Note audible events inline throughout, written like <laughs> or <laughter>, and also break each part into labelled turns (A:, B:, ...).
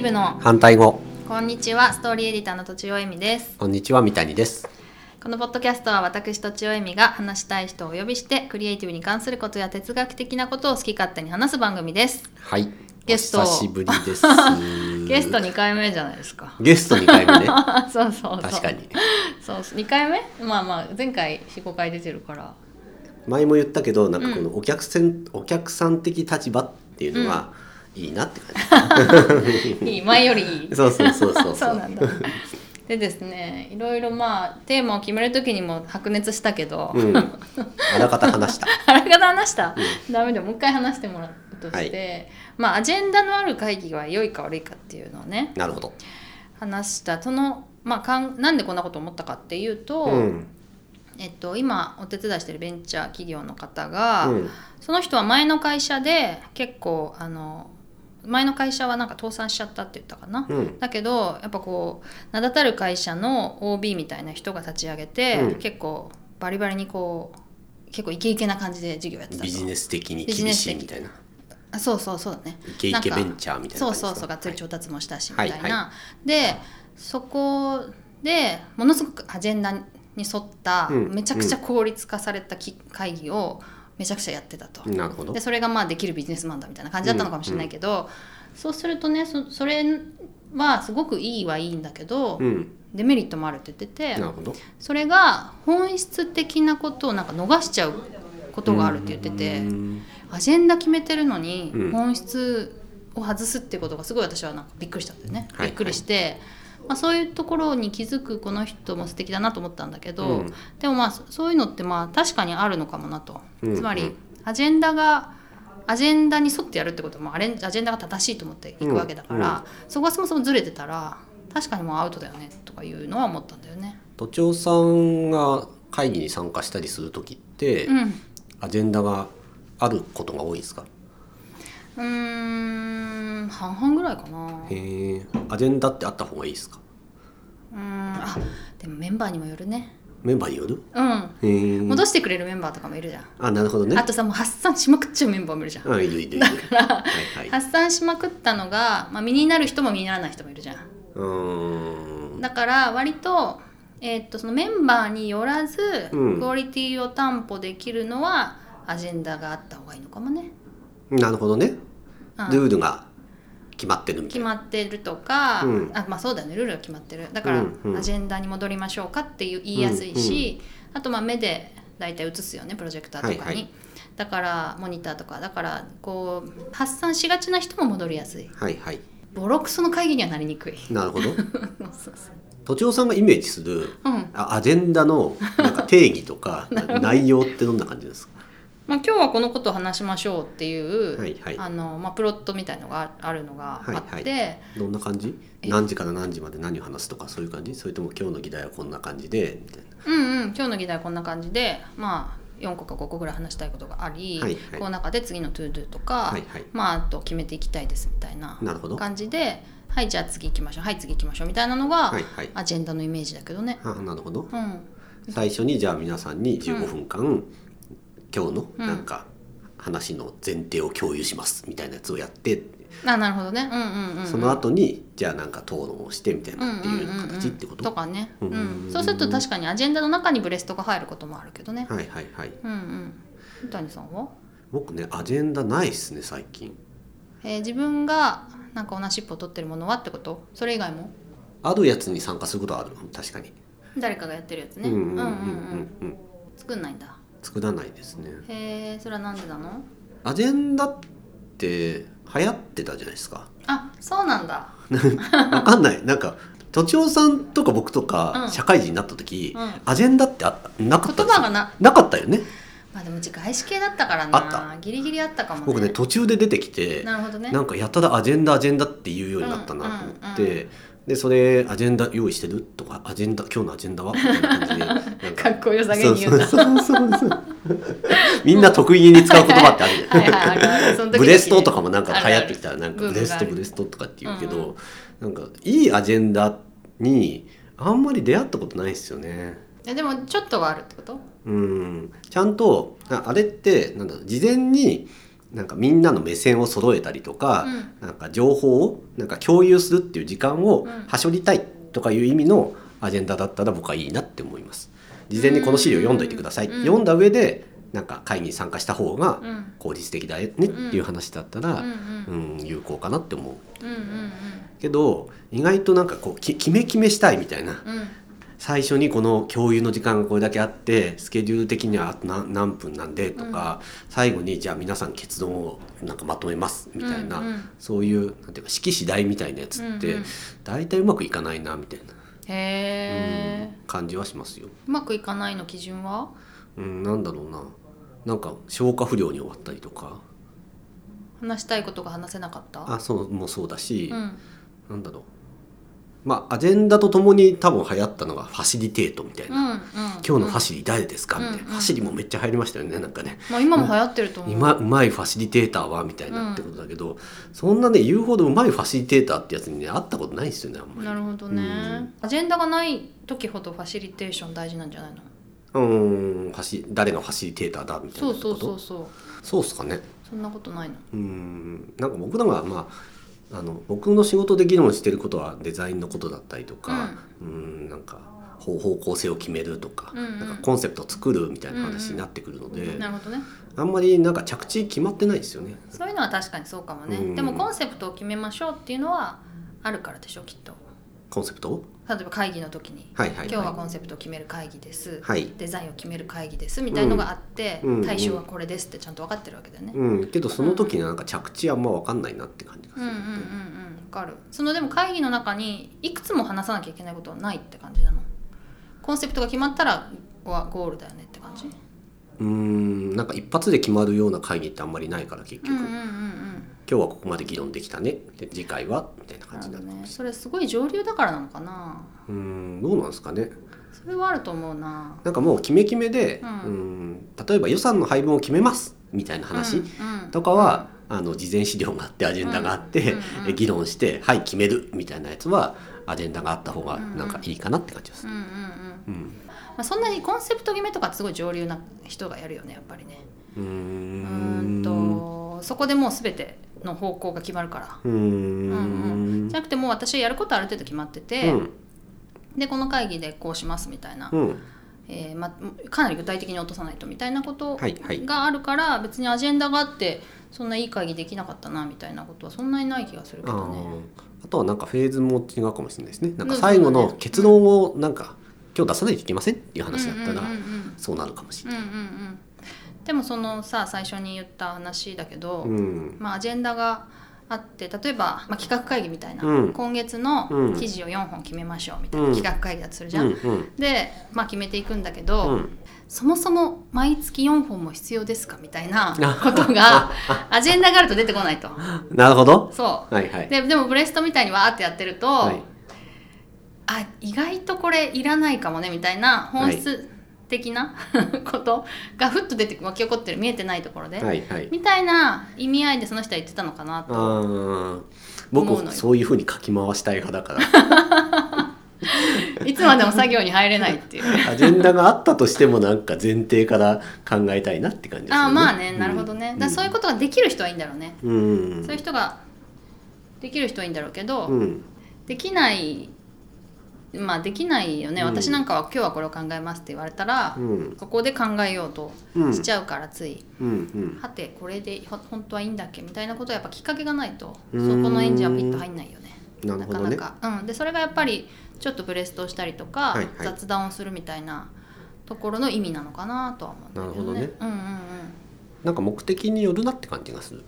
A: ブの
B: 反対語
A: こんにちはストーリーエディターのとちおえみです
B: こんにちは三谷です
A: このポッドキャストは私とちおえみが話したい人をお呼びしてクリエイティブに関することや哲学的なことを好き勝手に話す番組です
B: はい
A: ゲスト
B: お久しぶりです
A: <laughs> ゲスト2回目じゃないですか <laughs>
B: ゲスト2回目ね
A: そうそうそう
B: 確かに
A: そうそう2回目まあまあ前回45回出てるから
B: 前も言ったけどなんかこのお客さん、お客さん的立場っていうのがいいなって感
A: いい前よりいい
B: じ、そうそうそうそう
A: そうなんだ。でですね、いろいろまあテーマを決める時にも白熱したけど、 <laughs>
B: うん、あらかた話した
A: あらかた話した、ダメでもう一回話してもらうとして、
B: はい
A: まあアジェンダのある会議が良いか悪いかっていうのをね
B: なるほど、
A: 話したその、まあ、かんなんでこんなこと思ったかっていうと、
B: うん
A: えっと、今お手伝いしてるベンチャー企業の方が、
B: うん
A: その人は前の会社で結構あの前の会社はなんか倒産しちゃったって言ったかな、
B: うん
A: だけどやっぱこう名だたる会社の OB みたいな人が立ち上げて、
B: うん
A: 結構バリバリにこう結構イケイケな感じで授業やってたと
B: ビジネス的に厳しいみたいな
A: あそうそうそうだね
B: イケイケベンチャーみ
A: そう
B: たいな感じですか
A: そうそうがっつり調達もしたしみた
B: はいい
A: な、
B: はいは
A: でそこでものすごくアジェンダに沿った
B: うん
A: めちゃくちゃ効率化されたき会議をめちゃくちゃやってたと、
B: なるほど
A: でそれがまあできるビジネスマンだみたいな感じだったのかもしれないけど、そうするとねそそれはすごくいいはいいんだけど、
B: うん
A: デメリットもあるって言って
B: な
A: て
B: るほど
A: それが本質的なことをなんか逃しちゃうことがあるって言ってて。
B: うん
A: アジェンダ決めてるのに
B: うん
A: 本質を外すっていうことがすごい私はなんかびっくりしたんだよね、
B: はい
A: びっくりして、まあ、そういうところに気づくこの人も素敵だなと思ったんだけど、
B: うん
A: でもまあそそういうのってまあ確かにあるのかもなと、
B: うん
A: つま
B: う
A: り
B: ん
A: アジェンダがアジェンダに沿ってやるってこともアレンアジェンダが正しいと思っていくわけだから、そこがそもそもずれてたら確かにもうアウトだよねとかいうのは思ったんだよね。
B: 都庁さんが会議に参加したりする時って、
A: うん
B: アジェンダがあることが多いですか
A: うーん半々ぐらいかな。
B: へえアジェンダってあった方がいいですか
A: うーんあでもメンバーにもよるね
B: メンバーによる
A: うん
B: へえ
A: 戻してくれるメンバーとかもいるじゃん、
B: あなるほどね
A: あとさもう発散しまくっちゃうメンバーもいるじゃん、
B: あいるいるいるだからはいはい
A: 発散しまくったのが、まあ、身になる人も身にならない人もいるじゃん
B: うーん
A: だから割と,、えーっとそのメンバーによらず、
B: うん
A: クオリティを担保できるのはアジェンダがあった方がいいのかもね、
B: なるほどね
A: うん
B: ルールが決まってるみた
A: 決
B: いな
A: まってるとか、
B: うん
A: あまあそうだよねルールが決まってるだから、
B: うんうん
A: アジェンダに戻りましょうかっていう言いやすいし、あとまあ目で大体映すよねプロジェクターとかに、
B: はいはい
A: だからモニターとかだからこう発散しがちな人も戻りやすい
B: はいはい
A: ボロクソの会議にはなりにくい <laughs>
B: なるほど
A: そうそうそう
B: 都庁さんがイメージする
A: うん
B: あアジェンダのなんか定義と <laughs> か内容ってどんな感じですか
A: まあ、今日はこのことを話しましょうっていう、
B: はいはい
A: あのまあ、プロットみたいのがああるのがあって、
B: はいどんな感じ
A: え
B: 何時から何時まで何を話すとかそういう感じそれとも今日の議題はこんな感じでみたい
A: う
B: な
A: んうん今日の議題はこんな感じでまあ4個か5個ぐらい話したいことがあり、
B: はいはい
A: この中で次のトゥードゥとか、
B: はいはい
A: まああと決めていきたいですみたいな
B: なるほど
A: 感じではいじゃあ次行きましょうはい次行きましょうみたいなのが、
B: はいはい
A: アジェンダのイメージだけどね。
B: あなるほど
A: うん
B: 最初にじゃあ皆さんに15分間、今日のなんか話の前提を共有しますみたいなやつをやって、
A: あなるほどね。うんうんうん。
B: その後にじゃあなんか討論をしてみたいなっていうような形ってこと、
A: とかね、う
B: うん
A: ん、そうすると確かにアジェンダの中にブレストが入ることもあるけどね、
B: はいはいはい
A: うんうん三谷さんは、
B: 僕ねアジェンダないっすね最近
A: えー自分がなんか同じ一歩を取ってるものはってことそれ以外も
B: あるやつに参加することはある確かに、
A: 誰かがやってるやつね、
B: うんうんうんうんうん
A: 作んないんだ
B: 作らないですね
A: へえそれはなんでなの
B: アジェンダって流行ってたじゃないですか
A: あそうなんだ
B: わかんないなんか都庁さんとか僕と
A: う
B: か
A: ん
B: 社会人になった時、
A: うん
B: アジェンダってあったなかったんですよ
A: 言葉がな
B: かったよね
A: まあでもうち外資系だったから
B: あ
A: なギリギリあったかもね
B: 僕ね途中で出てきて
A: なるほどね
B: なんかやたらアジェンダアジェンダって言うようになったなと思って、
A: うんうんう
B: でそれアジェンダ用意してるとかアジェンダ今日のアジェンダはみたいな感じでなん
A: か
B: か
A: っこよさげに言う
B: そう
A: な
B: そうそうそう <laughs> みんな得意げに使う言葉ってあるじゃん
A: はい
B: <laughs>
A: はいあるあるその時々ね
B: ブレストとかもなんか流行ってきたらな
A: あ
B: ん
A: る
B: か
A: ある
B: ブレスト
A: ブームがある
B: ブレストとかって言うけど、なんかいいアジェンダにあんまり出会ったことないですよね。
A: えでもちょっとはあるってこと
B: うんちゃんとああれってなんだろう事前になんかみんなの目線を揃えたりとか、なんか情報をなんか共有するっていう時間
A: う
B: を
A: ん
B: はしょりたいとかいう意味のアジェンダだったら僕はいいなって思います。事前にこの資料読んどいてください、
A: うん
B: 読んだ上でなんか会議に参加した方が
A: うん
B: 効率的だねっていう話だったら、
A: うん
B: うん有効かなって思う
A: うんうん
B: けど意外となんかこうきキメキメしたいみたいな
A: うんうん
B: 最初にこの共有の時間がこれだけあってスケジュール的にはあと何何分なんでとか、最後にじゃあ皆さん結論をなんかまとめますみたいな、
A: うんうん
B: そういうなんていうか式次第みたいなやつって、
A: うんうん
B: 大体うまくいかないなみたいな、
A: へえ
B: うん感じはしますよ。
A: うまくいかないの基準は
B: うん、なんだろうななんか消化不良に終わったりとか
A: 話したいことが話せなかった
B: あそうもそうだし、
A: うん
B: なんだろうまあアジェンダとともに多分流行ったのがファシリテートみたい
A: うん
B: な、
A: うん
B: 今日のファシリ誰ですかみたいな、
A: うん
B: ファシリもめっちゃ入りましたよねなんかね、
A: まあ今も流行ってると思う、
B: うまうまいファシリテーターはみたいなってことだけど、そんなね言うほどうまいファシリテーターってやつにね会ったことないですよねあんまり。
A: なるほどね、
B: うん
A: アジェンダがない時ほどファシリテーション大事なんじゃないの
B: うーんファシ誰がファシリテーターだみたいな
A: そ
B: こ
A: う
B: と
A: そうそうそう
B: そうっすかね
A: そんなことないの
B: うーんなんか僕らがまああの僕の仕事で議論してることはデザインのことだったりとか、うーんなんか方方向性を決めるとか,、
A: うんうん
B: なんかコンセプトを作るみたいな話になってくるので、
A: なるほどね
B: あんまりなんか着地決まってないですよね。
A: そういうのは確かにそうかもね、
B: うん
A: でもコンセプトを決めましょうっていうのはあるからでしょきっと
B: コンセプトを
A: 例えば会議の時に、
B: はいはいはい、
A: 今日はコンセプトを決める会議です、
B: はい
A: デザインを決める会議ですみたいのがあって、
B: うんうん
A: 対象はこれですってちゃんと分かってるわけだよね、
B: うん、けどその時になんか着地あんま分かんないなって感じがす
A: うんう
B: る
A: ん
B: の
A: うんう
B: で、
A: ん分かるそのでも会議の中にいくつも話さなきゃいけないことはないって感じなのコンセプトが決まったらはゴールだよねって感じ
B: うーんなんか一発で決まるような会議ってあんまりないから結
A: うん
B: 局、
A: うんうんう
B: 今
A: ん
B: 日はここまで議論できたねで次回はみたいな感
A: な
B: じに
A: る
B: な
A: ほ
B: る
A: どねそれすごい上流だからなのかな
B: うーんどうなんですかね
A: それはあると思うな
B: なんかもうキメキメで、う
A: うんん、
B: 例えば予算の配分を決めますみたいな話、
A: うんうん
B: とかは、あの事前資料があってアジェンダがあって、
A: うんうんうん
B: え議論してはい決めるみたいなやつはアジェンダがあった方がなんかいいかなって感じです
A: うん。うんうん
B: うん
A: まあ、そんなにコンセプト決めとかってすごい上流な人がやるよねやっぱりね
B: うー
A: うんーんとそこでもう全ての方向が決まるから
B: うーん
A: うんじゃなくてもう私はやることはある程度決まってて、
B: うん
A: でこの会議でこうしますみたいな、
B: うん
A: えーま、かなり具体的に落とさないとみたいなこと
B: はいはい
A: があるから、別にアジェンダがあってそんないい会議できなかったなみたいなことはそんなにない気がするけ
B: あ
A: どね。
B: ーあとはなんかフェーズも違うかもしれないですねなんか最後の結論をなんか今日出さないといけませんっていう話だっ
A: う
B: たら
A: んうんうん
B: そうなるかもしれ
A: うんうんうんうんでもそのさ最初に言った話だけど、
B: ない。うん
A: まあ、アジェンダがあって例えば、まあ、企画会議みたいな、
B: うん
A: 今月の
B: うん
A: 記事を4本決めましょうみたいな
B: うん
A: 企画会議だとするじゃん。
B: うんうん
A: で、まあ、決めていくんだけ
B: う
A: ど、
B: ん
A: そもそも毎月4本も必要ですかみたい
B: <laughs>
A: なことがアジェンダがあると出てこないと。
B: なるほど。
A: そ
B: はいは
A: う
B: い。
A: ででもブレストみたいにわーってやってると、
B: はい
A: あ意外とこれいらないかもねみたいな本質的な <laughs> ことがふっと出て湧き起こってる見えてないところで、
B: はいはい。
A: みたいな意味合いでその人は言ってたのかなと。
B: あー
A: 思うの
B: 僕
A: よ
B: そういうふうにかき回したい派だから
A: <laughs> いつまでも作業に入れないっていう。
B: アジェンダがあったとしてもなんか前提から考えたいなって感じですよ
A: <laughs> ああまあね、なるほどね。だからそういう
B: こ
A: ことができる人はいいんだろうね。
B: とうん
A: そういう人ができる人はいいんだろうけど、
B: うん
A: できないまあできないよね、
B: うん
A: 私なんかは今日はこれを考えますって言われたら、
B: うん
A: そこで考えようと
B: うん
A: しちゃうからつい、
B: うんうん
A: はてこれでほ本当はいいんだっけみたいなことはやっぱきっかけがないと
B: う
A: そ
B: ーん
A: このエンジンはピッと入んないよね。
B: なるほどね
A: かなか、うん、でそれがやっぱりちょっとブレストをしたりとか、
B: はいはい
A: 雑談をするみたいなところの意味なのかなとは思うんだけどね。
B: なる
A: う
B: ほ
A: んうんうん
B: なんか目的によるなって感じがする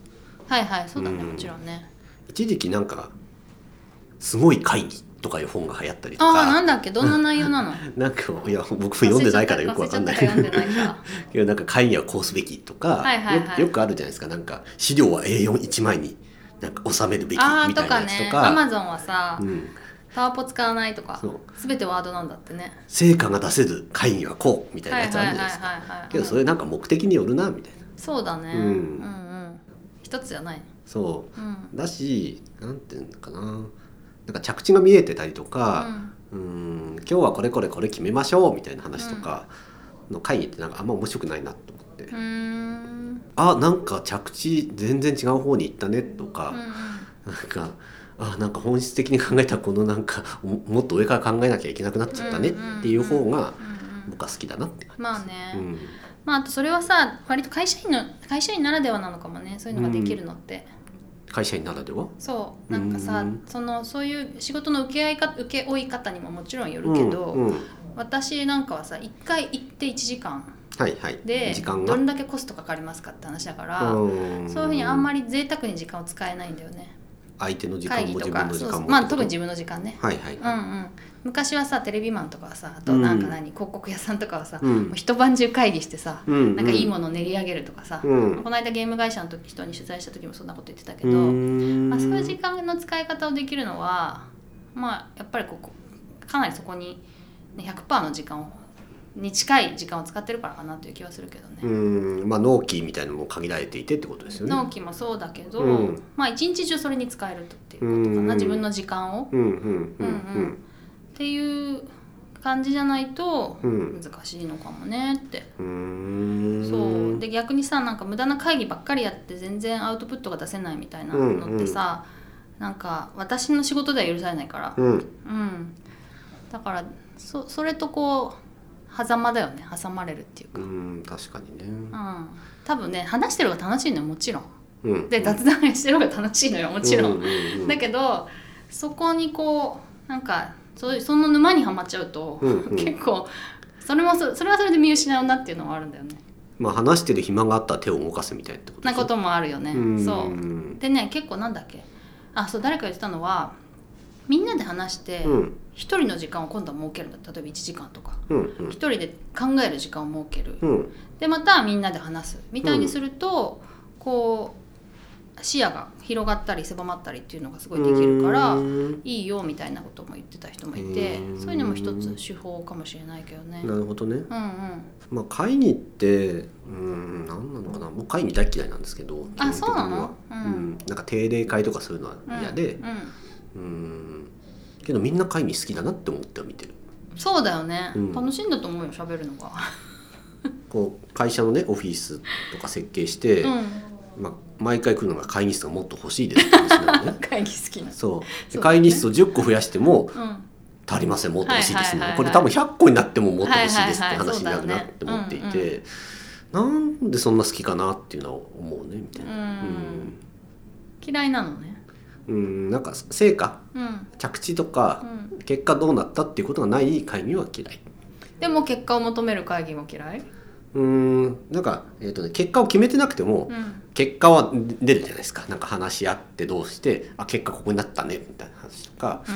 A: はいはいそうだね
B: うん
A: もちろんね。
B: 一時期なんか「すごい会議」とかいう本が流行ったりと
A: ああな
B: か
A: んだっけどんな内容
B: <laughs>
A: なの
B: なんかいや僕も読んでないからよくわかんない
A: 忘れちゃった読んでないか。
B: <laughs> けどなんか会議はこうすべきとか、
A: はいはいはい
B: よよくあるじゃないですかなんか資料は A41 枚になんか収めるべきみ
A: あ
B: た
A: あ
B: い
A: と
B: な
A: か
B: やつ
A: ね
B: とか
A: アマゾンはさ、
B: うん、
A: パワポ使わないとか
B: そう
A: すべてワードなんだってね。
B: 成果が出せる会議はこうみたいな
A: はい
B: やつ
A: は
B: あ
A: い
B: る
A: はい
B: じゃないですか、
A: はいはい。
B: けどそれなんか目的によるなみたいな
A: そうだね。
B: うん
A: うんうん一つじゃない。
B: そう
A: うんうん
B: だしなんていうのかななんか着地が見えてたりとか、うん、今日はこれこれこれ決めましょうみたいな話とかの会議ってなんかあんま面白くないなと思って
A: うーん
B: あなんか着地全然違う方に行ったねとか、なんかあなんか本質的に考えたらこのなんかももっと上から考えなきゃいけなくなっちゃったねっていう方が僕は好きだなって感じ
A: まあね、
B: うん
A: まああとそれはさ割と会社員の会社員ならではなのかもねそういうのができるのって、
B: 会社員ならでは
A: そうなんかさ、
B: うん
A: そのそういう仕事の受け合いか受け負い方にももちろんよるけど、
B: うんうん
A: 私なんかはさ1回行って1時間
B: はいはい
A: で
B: 時間
A: ど
B: が
A: んだけコストかかりますかって話だから、
B: うん
A: そういうふうにあんまり贅沢に時間を使えないんだよね
B: 相手の時間
A: 会
B: も
A: 議
B: 自
A: と
B: 分
A: か
B: の時
A: そう
B: 間
A: そう
B: も
A: まあ特に自分の時間ね、
B: はいはい
A: うんうん昔はさテレビマンとかはさあとなんか何、広告屋さんとかはさ、
B: うん
A: もう一晩中会議してさ、
B: うん
A: なんかいいものを練り上げるとかさ、
B: うん
A: この間ゲーム会社の時人に取材した時もそんなこと言ってたけど、
B: うん
A: まあ、そういう時間の使い方をできるのはまあやっぱりここかなりそこに、ね、100%の時間をに近い時間を使ってるからかなという気はするけどね。
B: うんまあ納期みたいなのも限られていてってことですよね
A: 納期もそうだけど、
B: うん
A: まあ一日中それに使えるとっていうことか
B: うん
A: な自分の時間を、
B: うんうんうん
A: っていう感じじゃないと
B: うん
A: 難しいのかもねって、
B: うんうん
A: そうで逆にさなんか無駄な会議ばっかりやって全然アウトプットが出せないみたいなのってさ、なんか私の仕事では許されないから、
B: うん
A: うん、だからそそれとこう狭間だよね挟まれるっていう
B: う
A: か、
B: ん確かにね
A: うん、多分ね話してる方が楽しいのよもちろん。
B: うん
A: で雑談してる方が楽しいのよもちろん、
B: うんうんうん
A: だけどそこにこうなんかそういうその沼にはまっちゃうと、
B: うんうん
A: 結構それもそそれはそれで見失うなっていうのはあるんだよね
B: まあ話してる暇があったら手を動かせみたいなってこと
A: な
B: でしょ
A: こともあるよね、
B: うん
A: そうでね結構なんだっけあそう誰か言ってたのはみんなで話して
B: うん
A: 一人の時間を今度は設けるんだ例えば1時間とか
B: うん
A: 一人で考える時間を設ける
B: うんうん
A: でまたみんなで話すみたいにすると、こう視野が広がったり狭まったりっていうのがすごいできるから
B: うん
A: いいよみたいなことも言ってた人もいて
B: うん
A: そういうのも一つ手法かもしれないけどね。うん
B: なるほどね
A: うん、
B: まあ会議ってうん何なのかな僕会議大嫌いなんですけど
A: あ
B: 基本的には
A: そうなのうん
B: うんなんか定例会とかそういうのは
A: うん
B: 嫌で
A: う
B: うんけどみんな会議好きだなって思っては見てる
A: ん、そうだよね、
B: うん
A: 楽しいんだと思うよ喋るのが。
B: こう会社のねオフィスとか設計して、
A: うん、
B: まあ、毎回来るのが会議室がもっと欲しいですって話な
A: <laughs>
B: のね
A: 会議好きな。
B: そう
A: そうだ
B: で
A: ね
B: 会議室を10個増やしても
A: うん、
B: 足りませんもっと欲しいですね、
A: はいはいはいはい
B: これ多分100個になってももっと欲しいですっ
A: はいはいは
B: て
A: い
B: 話になるなって思っていて、
A: そうだよね
B: なんでそんな好きかなっていうのは思うねみたいな
A: うん嫌いなのね。
B: うんうんなんか成果
A: うん、
B: 着地と
A: う
B: か
A: ん、
B: 結果どうなったっていうことがない会議は嫌い
A: でも結果を求める会議も嫌い。
B: うんなんか、えーとね、結果を決めてなくても、
A: うん、
B: 結果は出るじゃないですかなんか話し合ってどうしてあ結果ここになったねみたいな話とか
A: うん、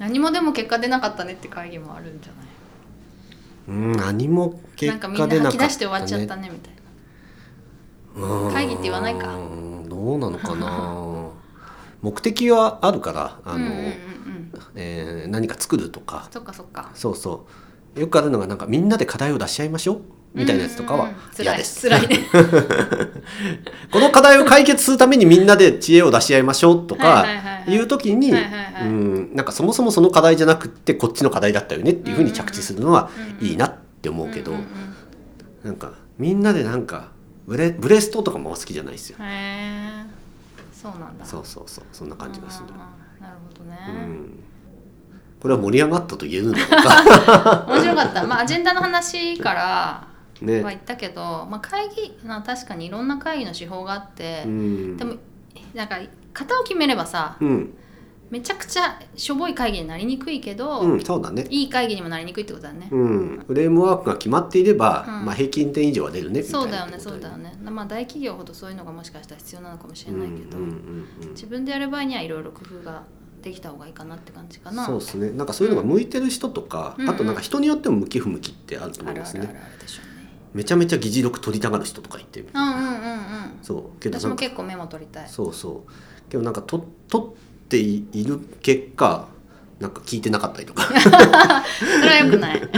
A: 何もでも結果出なかったねって会議もあるんじゃない。
B: うん何も結
A: なんかみ
B: 果
A: ん
B: 出
A: な
B: なかった、ね、
A: 吐き出して終わっちゃったねみたいな。
B: うん
A: 会議って言わないか
B: どうなのかな目的はあるから
A: う
B: あの、
A: んうんうんうん、
B: えー何か作るとか
A: そっかそっか。
B: そうそうよくあるのがなんかみんなで課題を出し合いましょうみたいなやつとか
A: う
B: は
A: んうんうん
B: 嫌です、
A: 辛い辛いね
B: この課題を解決するためにみんなで知恵を出し合いましょうとか
A: はいはいはいはい
B: いう時に、
A: はいはいはい
B: うん、なんかそもそもその課題じゃなくってこっちの課題だったよねっていうふうに着地するのは
A: うん
B: いいなって思うけど、
A: んん
B: なんかみんなでなんかブレブレストとかも好きじゃないですよ。
A: うんへえそうなんだ
B: そうそうそうそんな感じがする。
A: うんなるほど
B: う
A: ね、
B: ん、これは盛り上がったと言えるの
A: <laughs>
B: か
A: 面白かったまあアジェンダの話から
B: ね。
A: は言ったけど、まあ、会議な確かにいろんな会議の手法があって、
B: うん
A: でもなんか型を決めればさ
B: うん、
A: めちゃくちゃしょぼい会議になりにくいけど、
B: うん、そうだね。
A: いい会議にもなりにくいってことだね、
B: うん、フレームワークが決まっていれば、
A: うん
B: まあ平均点以上は出るねみたいな
A: そうだよね
B: ってこ
A: そ
B: と
A: うだよねまあ大企業ほどそういうのがもしかしたら必要なのかもしれ
B: うんう
A: なんいけど、
B: うんうん
A: 自分でやる場合にはいろいろ工夫ができた方がいいかなって感じかな
B: そうですねなんかそういうのが向いてる人とか、
A: うん
B: あとなんか人によっても向き不向きってあると
A: あ
B: 思い
A: る
B: ま
A: あ
B: す
A: る
B: ね
A: あるあるでしょうね
B: めちゃめちゃ議事録取りたがる人とかいて
A: うんうんうんうん
B: そうけど
A: 私
B: な
A: も
B: んか
A: 結構メモ取りたい
B: そうそうけどなんかと取っている結果なんか聞いてなかったり
A: <laughs>
B: とか
A: それはよくない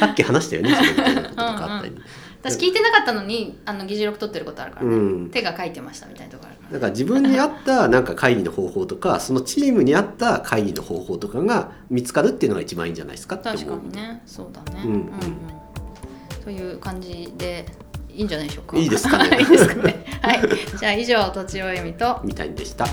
B: さっき話したよねそれみたいなこととかあったり
A: 私聞いてなかったのにあの議事録取ってることあるからね、
B: うん
A: 手が書いてましたみたいなとこあるから
B: なんか自分に合ったなんか会議の方法とかそのチームに合った会議の方法とかが見つかるっていうのが一番いいんじゃないですかって
A: 確
B: 思
A: か
B: う
A: にねそうだね
B: うん
A: という感じでい <laughs> いんじゃないでしょうか
B: いいですかね
A: いいですかねはいじゃあ以上とちおえみと
B: みたいでした。